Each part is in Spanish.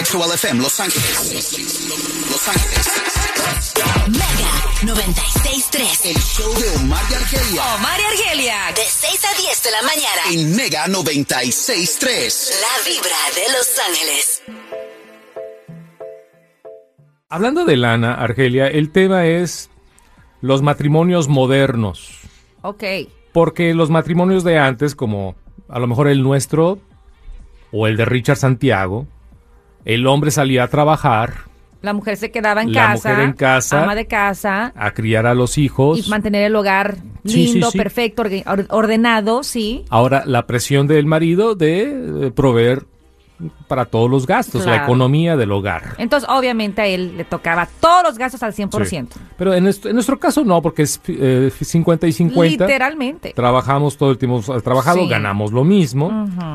Actual FM Los Ángeles. Los Ángeles. Mega 96.3. El show de Omar y Argelia. Omar y Argelia. De 6 a 10 de la mañana. En Mega 96.3. La vibra de Los Ángeles. Hablando de lana, Argelia, el tema es los matrimonios modernos. Ok. Porque los matrimonios de antes, como a lo mejor el nuestro o el de Richard Santiago, el hombre salía a trabajar, La mujer se quedaba en La casa. mujer en casa. Ama de casa. a criar a los hijos. Y mantener el hogar Sí, sí, lindo, sí. perfecto, orgue- or- ordenado, sí. Ahora, la presión del marido de eh, proveer para todos los gastos, la Claro. economía del hogar. Entonces, obviamente, a él le tocaba todos los gastos al 100%. Sí. Pero en, nuestro- en nuestro caso no, porque es eh, 50 y 50. Literalmente. Trabajamos todo el tiempo, hemos trabajado, Sí. ganamos lo mismo.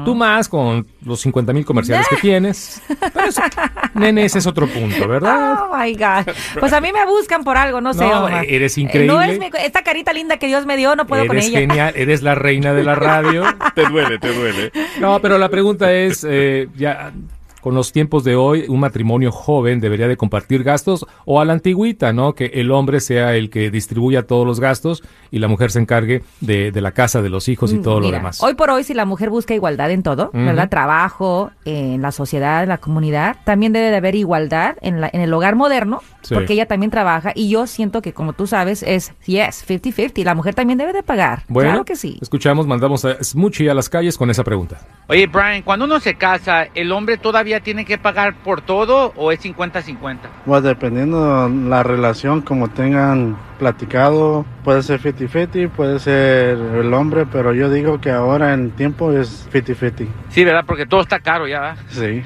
Tú más con los 50 mil comerciales que tienes. Pero eso, nene, ese es otro punto, ¿verdad? Oh my God. Pues a mí me buscan por algo, no sé. No, Omar. eres Eh, no increíble. es mi- esta carita linda que Dios me dio, no puedo con eres ella. genial, eres la reina de la radio. Te duele, te duele. No, pero la pregunta es, eh, ya con los tiempos de hoy, un matrimonio joven debería de compartir gastos o a la antigüita, ¿no? Que el hombre sea el que distribuya todos los gastos y la mujer se encargue de, de la casa, de los hijos y todo lo Mm, Mira, demás. Hoy por hoy, si la mujer busca igualdad en todo, ¿verdad? Trabajo, en la sociedad, en la comunidad, también debe de haber igualdad en, la- en el hogar moderno, Sí. porque ella también trabaja y yo siento que, como tú sabes, es, yes, 50-50, la mujer también debe de pagar. bueno, claro que sí. escuchamos, mandamos a Smoochie a las calles con esa pregunta. Oye, Brian, cuando uno se casa, ¿el hombre todavía tiene que pagar por todo o es 50-50? Pues dependiendo la relación como tengan platicado, puede ser 50-50, puede ser el hombre, pero yo digo que ahora en tiempo es 50-50. Sí, ¿verdad? Porque todo está caro ya. ¿verdad? Sí.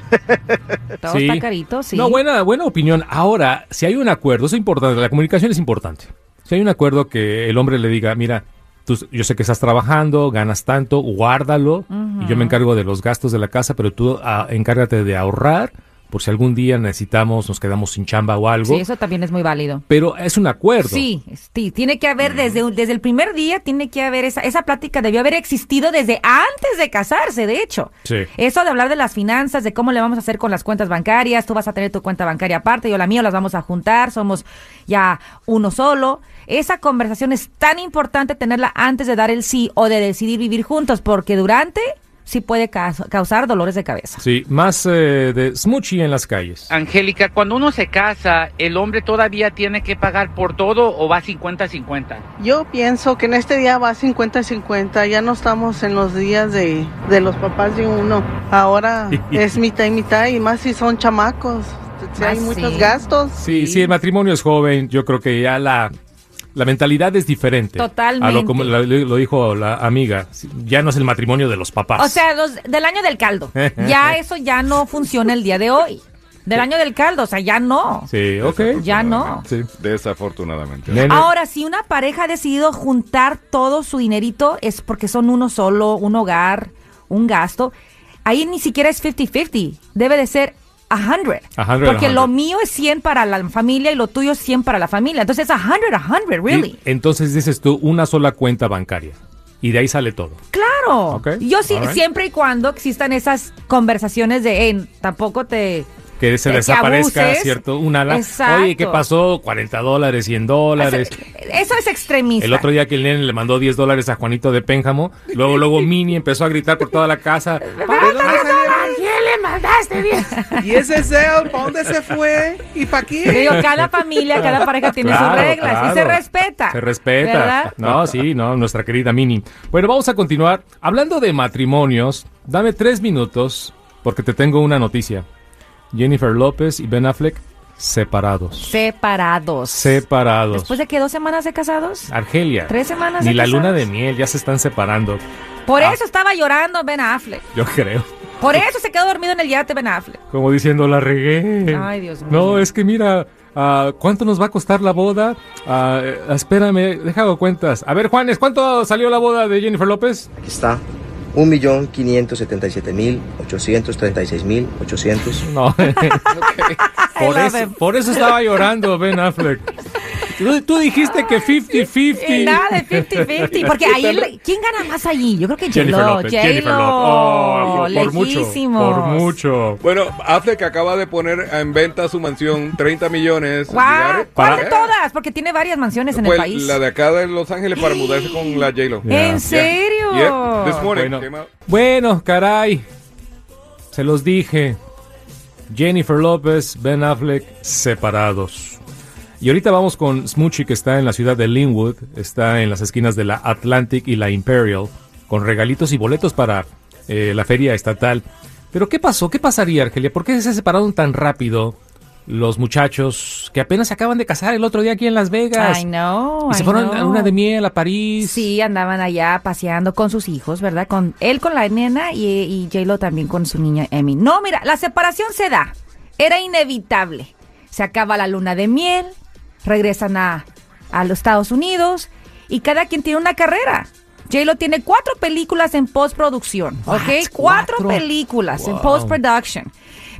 Todo pues, Sí. está carito, sí. No, buena, buena opinión. Ahora, si hay un acuerdo, eso es importante, la comunicación es importante. Si hay un acuerdo que el hombre le diga, mira, tú- yo sé que estás trabajando, ganas tanto, guárdalo, y yo me encargo de los gastos de la casa, pero tú ah, encárgate de ahorrar por si algún día necesitamos, nos quedamos sin chamba o algo. Sí, eso también es muy válido. Pero es un acuerdo. Sí, sí, tiene que haber desde, un- desde el primer día, tiene que haber esa, esa plática, debió haber existido desde antes de casarse, de hecho. Sí. Eso de hablar de las finanzas, de cómo le vamos a hacer con las cuentas bancarias, tú vas a tener tu cuenta bancaria aparte, yo la mía, las vamos a juntar, somos ya uno solo. Esa conversación es tan importante tenerla antes de dar el sí o de decidir vivir juntos, porque durante sí puede caus- causar dolores de cabeza. Sí, más eh, de smoochie en las calles. Angélica, cuando uno se casa, ¿el hombre todavía tiene que pagar por todo o va 50-50? Yo pienso que en este día va 50-50, ya no estamos en los días de, de los papás de uno. Ahora es mitad y mitad y más si son chamacos, si Ah, hay sí. muchos gastos. Sí, sí, el matrimonio es joven, yo creo que ya la, la mentalidad es diferente. A lo, Totalmente. como la- lo dijo la amiga, ya no es el matrimonio de los papás. O sea, los del año del caldo. Ya eso ya no funciona el día de hoy. Del año del caldo, o sea, ya no. Sí, ok. Ya no. Sí. Desafortunadamente. Nene, Ahora, si una pareja ha decidido juntar todo su dinerito, es porque son uno solo, un hogar, un gasto. Ahí ni siquiera es 50-50. Debe de ser 100. 100, porque 100. lo mío es 100 para la familia y lo tuyo es 100 para la familia. Entonces, 100, 100, really. y entonces dices tú una sola cuenta bancaria y de ahí sale todo. Claro. Ok, Yo sí, alright. siempre y cuando existan esas conversaciones de, "Ey, tampoco te Que se De que desaparezca, abuses. ¿cierto? Una ala. Exacto. Oye, ¿qué pasó? 40 dólares, 100 O sea, dólares. Eso es extremista. El otro día que el nene le mandó 10 dólares a Juanito de Pénjamo, luego, luego Mini empezó a gritar por toda la casa. Ah, ¿Y ese cel? ¿Para dónde se fue? ¿Y para Te qué? digo, cada familia, cada pareja tiene sus Claro, reglas y se claro. respeta. Se respeta. ¿verdad? No, sí, no, nuestra querida Mini. Bueno, vamos a continuar. Hablando de matrimonios, dame tres minutos porque te tengo una noticia. Jennifer López y Ben Affleck separados. Separados. Separados. Ah, Después de que dos semanas de casados. Argelia. Tres semanas Ni de la luna casados. de miel, ya se están separando, Por Ah. eso estaba llorando Ben Affleck. yo creo. Por eso se quedó dormido en el yate Ben Affleck. Como diciendo, la regué. Ay, Dios mío. No, es que mira, ah, ¿cuánto nos va a costar la boda? Ah, eh, espérame, deja hago cuentas. A ver, Juanes, ¿cuánto salió la boda de Jennifer López? Aquí está. 1.577.836.800. No. por, la eso, vemos. por eso estaba llorando Ben Affleck. Tú, tú dijiste que 50-50. Y Nada de 50-50, porque ahí, le- ¿quién gana más allí? Yo creo que Jennifer J-Lo, López, Jennifer López. Oh, J-Lo, por mucho, lejísimos. por mucho. Bueno, Affleck acaba de poner en venta su mansión 30 millones. de ¡Guau! dólares. ¿Cuál ¿Eh? de todas? Porque tiene varias mansiones en Pues, el país. La de acá de Los Ángeles para mudarse con la J-Lo. Yeah. ¿En serio? Yeah. This morning Bueno. came out. Bueno, caray. Se los dije. Jennifer López, Ben Affleck, separados. Y ahorita vamos con Smoochie, que está en la ciudad de Linwood. Está en las esquinas de la Atlantic y la Imperial. Con regalitos y boletos para eh, la feria estatal. Pero ¿qué pasó? ¿Qué pasaría, Argelia? ¿Por qué se separaron tan rápido los muchachos que apenas se acaban de casar el otro día aquí en Las Vegas? I know, y se I fueron know. a una de miel a París. Sí, andaban allá paseando con sus hijos, ¿verdad? Con él con la nena y, y J-Lo también con su niña Emmy. No, mira, la separación se da. Era inevitable. Se acaba la luna de miel, regresan a, a los Estados Unidos y cada quien tiene una carrera. J-Lo tiene cuatro películas en postproducción, ¿ok? Cuatro, ¿Cuatro? películas en Wow. post-production.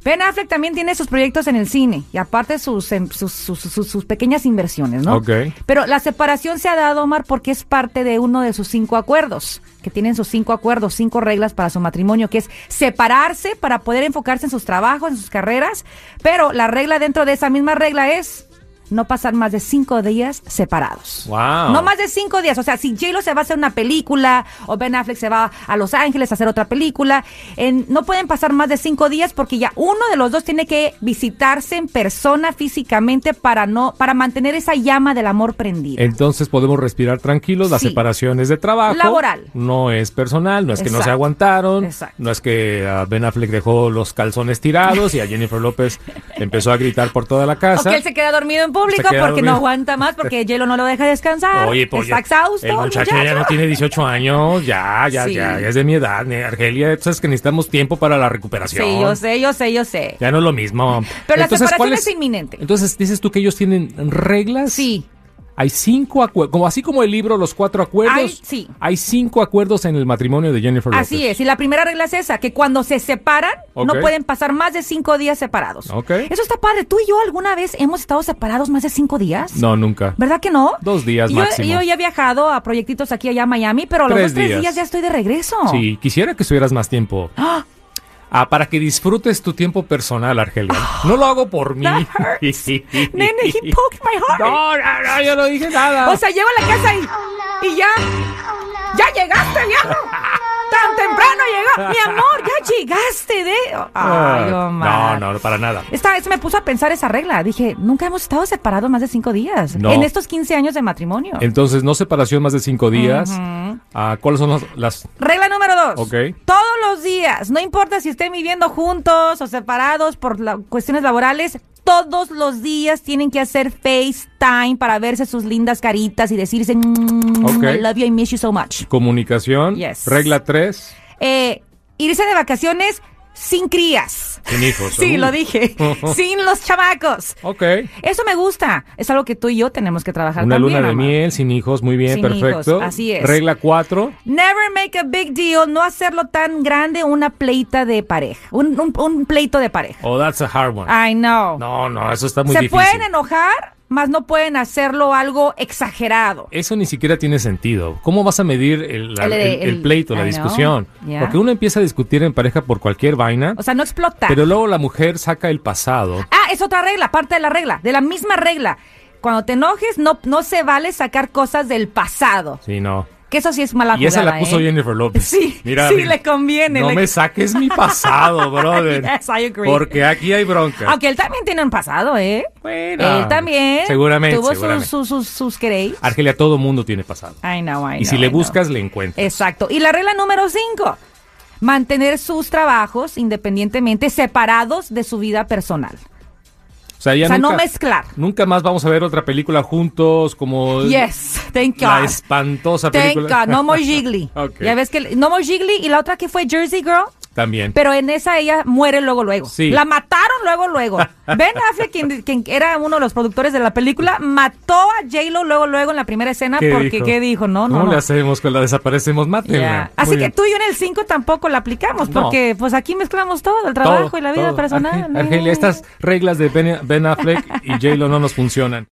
Ben Affleck también tiene sus proyectos en el cine y aparte sus, em, sus, sus- sus- sus pequeñas inversiones, ¿no? Ok. Pero la separación se ha dado, Omar, porque es parte de uno de sus cinco acuerdos, que tienen sus cinco acuerdos, cinco reglas para su matrimonio, que es separarse para poder enfocarse en sus trabajos, en sus carreras, pero la regla dentro de esa misma regla es no pasar más de cinco días separados. Wow. No más de cinco días. O sea, si J-Lo se va a hacer una película o Ben Affleck se va a Los Ángeles a hacer otra película, en- no pueden pasar más de cinco días porque ya uno de los dos tiene que visitarse en persona físicamente para no para mantener esa llama del amor prendida. Entonces podemos respirar tranquilos, las Sí. separaciones de trabajo. Laboral. No es personal, no es que no se Exacto. aguantaron, Exacto. no es que a Ben Affleck dejó los calzones tirados y a Jennifer López empezó a gritar por toda la o casa. que él se queda dormido en público Se porque queda dormido. no aguanta más, porque J-Lo no lo deja descansar. Oye, pues Está ya- exhausto. el muchacho, ya no tiene 18 años, ya, ya, Sí. ya, ya es de mi edad, ne- Argelia, tú sabes que necesitamos tiempo para la recuperación. Sí, yo sé, yo sé, yo sé. Ya no es lo mismo. Pero la separación ¿cuál es inminente. Entonces, dices tú que ellos tienen reglas. Sí. Hay cinco acuerdos, como así como el libro Los Cuatro Acuerdos. Hay- sí. Hay cinco acuerdos en el matrimonio de Jennifer López. Así es, y la primera regla es esa, que cuando se separan, Ok. no pueden pasar más de cinco días separados. Ok. Eso está padre. ¿Tú y yo alguna vez hemos estado separados más de cinco días? No, nunca. ¿Verdad que no? Dos días yo, máximo. Yo ya he viajado a proyectitos aquí allá a Miami, pero a los Tres dos, tres días. días ya estoy de regreso. Sí, quisiera que estuvieras más tiempo. Ah, para que disfrutes tu tiempo personal, Argelia. No lo hago por mí. That hurts. Nene, he poked my heart. No, no, no, yo no dije nada. O sea, llego a la casa y, y ya. ¡Ya llegaste, viejo! ¡Tan temprano llegó! ¡Mi amor, ya llegaste de...! Ah, Ay, oh, Omar. no, no, para nada. Esta vez me puso a pensar esa regla. Dije, nunca hemos estado separados más de cinco días. No. En estos 15 años de matrimonio. Entonces, no separación más de cinco días. Ujú. Ah, ¿Cuáles son las, las- Regla número dos. Ok. Todos los días, no importa si estén viviendo juntos o separados por la- cuestiones laborales, todos los días tienen que hacer FaceTime para verse sus lindas caritas y decirse, "Mm, Ok. I love you, I miss you so much. comunicación? Yes. Regla tres. Eh, irse de vacaciones sin crías. Sin hijos. Sí, Uh. lo dije. sin los chamacos. Ok. Eso me gusta. Es algo que tú y yo tenemos que trabajar Una también. luna de Omar. miel, sin hijos, muy bien, Sin perfecto. hijos, así es. Regla cuatro. Never make a big deal, no hacerlo tan grande una pleita de pareja, un, un- un pleito de pareja. Oh, that's a hard one. I know. No, no, eso está muy Ah, Se difícil. pueden enojar, mas no pueden hacerlo algo exagerado. Eso ni siquiera tiene sentido. ¿Cómo vas a medir el, la- El- el- el- el pleito, la I know. discusión? Yeah. Porque uno empieza a discutir en pareja por cualquier vaina, O sea, no explotar. pero luego la mujer saca el pasado. Ah, es otra regla, parte de la regla, de la misma regla. Cuando te enojes, no, no se vale sacar cosas del pasado. Sí, no. Que eso sí es mala Y esa jugada, la puso ¿eh? Jennifer López. Sí, Mira, sí, mira, le conviene. No le- me saques mi pasado, brother. Yes, I agree. Porque aquí hay bronca. Aunque él también tiene un pasado, ¿eh? Bueno, él también. seguramente, Tuvo sus- seguramente. Sus, sus, sus queréis. Argelia, todo mundo tiene pasado. I know, I y si know, le I know. buscas, le encuentras. Exacto. Y la regla número cinco, mantener sus trabajos independientemente separados de su vida personal. O sea, ya o sea, no nunca- mezclar. Nunca más vamos a ver otra película juntos como Yes, thank Pues, la God. espantosa Thank película. God, No More Jiggly. Ok. Ya ves que No More Jiggly y la otra que fue Jersey Girl, También. pero en esa ella muere luego luego. Sí. La mataron luego luego. Ben Affleck, quien, quien era uno de los productores de la película, mató a J-Lo luego luego en la primera escena porque ah, qué dijo, no, no, ¿Cómo no. le hacemos con la desaparecemos? Mátenla. Ya. Muy Así que bien. tú y yo en el 5 tampoco la aplicamos, No. porque pues aquí mezclamos todo, el trabajo Todo, y la vida todo. personal. Arge- Argelia, Eh. estas reglas de Ben Ben Affleck y J-Lo no nos funcionan.